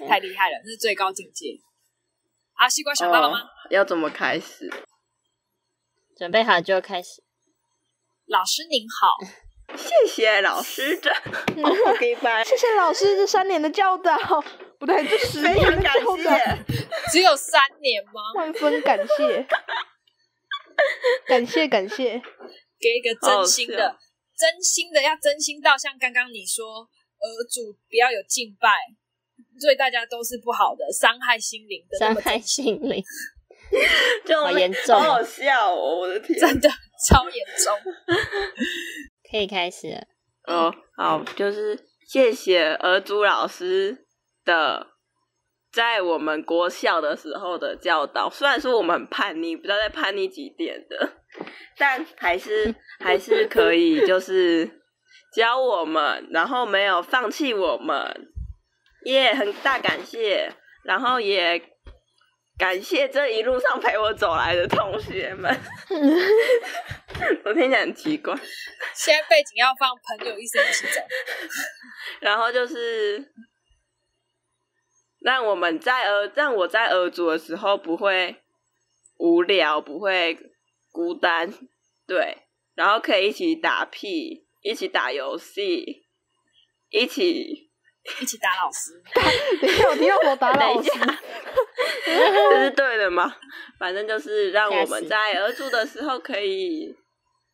S1: 太厉害了，这是最高境界。啊，西瓜想到了吗？
S3: 哦要怎么开始？
S2: 准备好就开始。
S1: 老师您好，
S3: 谢谢老师 的 OK 拜，
S4: 谢谢老师这三年的教导，不对，这十
S3: 非
S4: 年
S3: 常
S4: 的
S3: 感
S4: 教导，
S3: 谢。
S1: 只有三年吗？
S4: 万分感谢，感谢感谢。
S1: 给一个真心的，
S3: 好
S1: 真心的要真心到像刚刚你说，呃，主不要有敬拜，对大家都是不好的，伤害心灵的，
S2: 伤害心灵，
S3: 就
S2: 好严重哦
S3: 好好笑哦！我的天，
S1: 真的超严重。
S2: 可以开始了。
S3: 哦，好，就是谢谢儿朱老师的在我们国校的时候的教导。虽然说我们很叛逆，不知道在叛 逆几点的，但还是还是可以，就是教我们，然后没有放弃我们，耶、很大感谢，然后也感谢这一路上陪我走来的同学们。我听起来很奇怪。
S1: 现在背景要放《朋友一生一起走》，
S3: 然后就是让我们在儿，让我在儿族的时候不会无聊，不会孤单，对，然后可以一起打屁，一起打游戏，一起
S1: 一起打老师。
S4: 等一下，我听到我打老师，
S3: 这是对的吗？反正就是让我
S2: 吓
S3: 们
S2: 死
S3: 在儿住的时候可以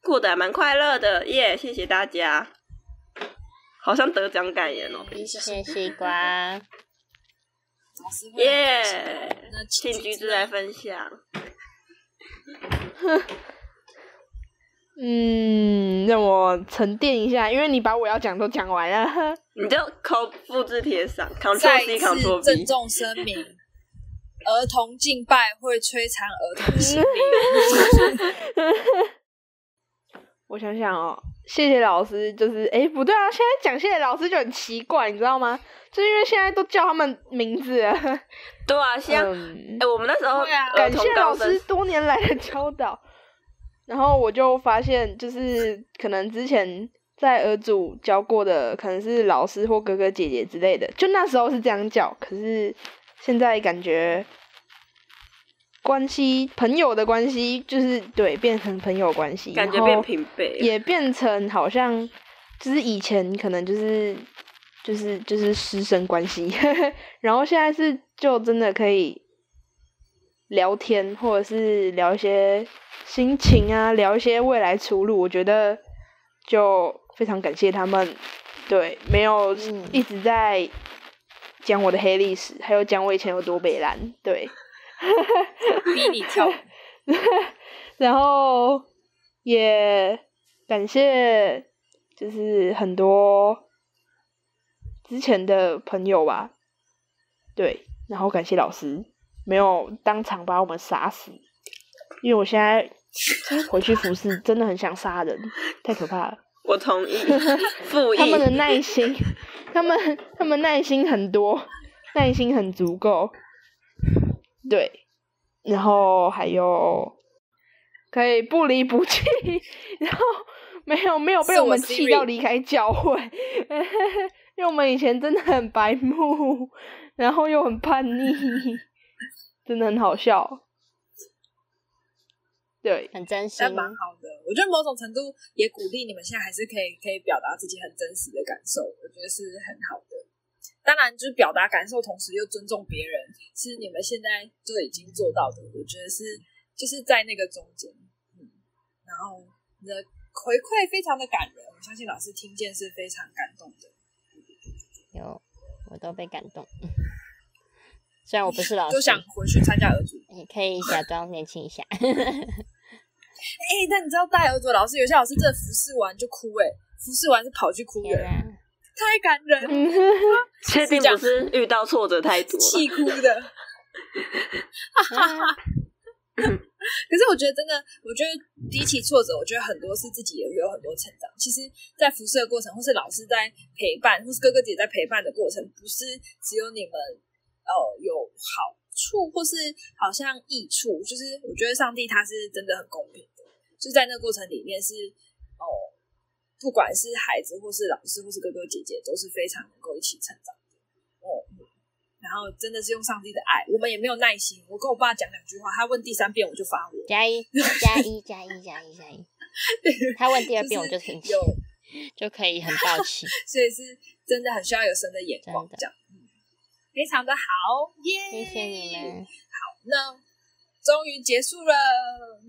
S3: 过得蛮快乐的耶谢谢大家。好像得奖感言哦，
S2: 谢谢西瓜，
S1: 老师会
S3: 耶、
S1: 那
S3: 请橘子来分享。
S4: 嗯，让我沉淀一下，因为你把我要讲都讲完了。
S3: 你就抠复制贴上，Ctrl
S1: 再
S3: C
S1: 次
S3: Ctrl
S1: 郑
S3: V。
S1: 重声明：儿童敬拜会摧残儿童心灵。
S4: 我想想哦，谢谢老师，就是哎、诶不对啊，现在讲谢谢老师就很奇怪，你知道吗？就是因为现在都叫他们名 字了。
S3: 对啊，像哎、
S4: 嗯
S3: 我们那时候
S1: 对啊
S3: 儿
S4: 感
S3: 童
S4: 谢
S3: 高
S4: 老
S3: 升
S4: 师，多年来的教导。然后我就发现，就是可能之前在儿主教过的，可能是老师或哥哥姐姐之类的，就那时候是这样叫。可是现在感觉关系朋友的关系，就是对变成朋友关系，
S3: 感觉
S4: 然
S3: 变
S4: 后
S3: 平辈了。
S4: 哦也变成好像就是以前可能就是就是就是师生关系， 然后现在是就真的可以聊天，或者是聊一些心情啊，聊一些未来出路。我觉得就非常感谢他们，对，没有
S2: 嗯
S4: 一直在讲我的黑历史，还有讲我以前有多北蓝，对。
S1: 逼你跳舞，
S4: 然后也感谢，就是很多之前的朋友吧，对，然后感谢老师没有当场把我们杀死，因为我现在回去服侍真的很想杀人，太可怕了。
S3: 我同 意，复议
S4: 他。们的耐心，他们他们耐心很多，耐心很足够。对，然后还有可以不离不弃，然后没有没有被
S1: 是
S4: 我
S1: 我
S4: 们
S1: Siri
S4: 气到离开教会，因为我们以前真的很白目，然后又很叛逆，真的很好笑。对，
S2: 很真心
S1: 但，蛮好的。我觉得某种程度也鼓励你们现在还是可以可以表达自己很真实的感受，我觉得是很好的。当然，就是表达感受，同时又尊重别人，是你们现在就已经做到的。我觉得是就是在那个中间，嗯，然后你的回馈非常的感人，我相信老师听见是非常感动的。
S2: 有我都被感动。虽然我不是老
S1: 就
S2: 师，
S1: 想回去参加儿组。
S2: 你可以假装年轻一下。
S1: 哎、但你知道带儿组的老师，有些老师真的服侍完就哭、哎，服侍完是跑去哭
S2: 天
S1: 的，
S2: 啊，
S1: 太感人了，
S3: 确定不是遇到挫折太多了？
S1: 气哭 的。
S2: 啊
S1: 可是我觉得真的，我觉得比起挫折，我觉得很多是自己也有很多成长。其实，在辐射的过程，或是老师在陪伴，或是哥哥姐姐在陪伴的过程，不是只有你们呃有好处，或是好像益处，就是我觉得上帝他是真的很公平的，就在那个过程里面是哦、不管是孩子或是老师或是哥哥姐姐，都是非常能够一起成长的。哦、然后真的是用上帝的爱，我们也没有耐心。我跟我爸讲两句话，他问第三遍我就发火。
S2: 加一加一加一加一加一，他问第二遍我就生气
S1: 有，
S2: 就可以很暴气。
S1: 所以是真的很需要有神的眼光
S2: 真，的
S1: 这样，嗯，非常的好耶！
S2: 谢谢你们，
S1: 那终于结束了，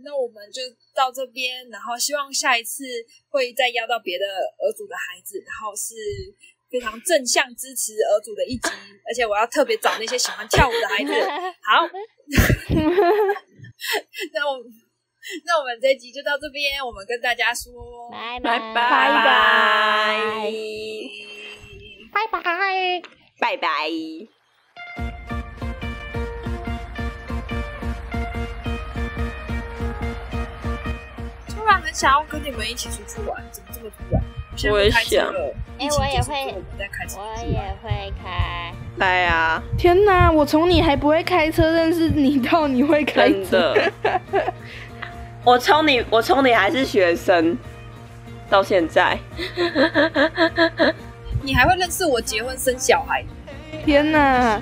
S1: 那我们就到这边，然后希望下一次会再邀到别的儿组的孩子，然后是非常正向支持儿组的一 集，而且我要特别找那些喜欢跳舞的孩子。好，那我们那我们这集就到这边，我们跟大家说
S2: 拜
S3: 拜
S2: 拜
S3: 拜
S4: 嗯拜拜。
S3: 拜拜。
S1: 突然很想要跟你们一起出去玩，怎么这么突然？现在
S3: 我也
S1: 不开车
S3: 想
S1: 了
S2: 哎
S1: 疫情
S2: 我也
S1: 结束之
S2: 会
S1: 后我们再开车。
S2: 我也会开，
S3: 拜啊，
S4: 天哪！我从你还不会开车认识你，到你会开
S3: 真
S4: 车，
S3: 的。我从你，我从你还是学生，到现在，
S1: 你还会认识我结婚生小孩？
S4: 天哪！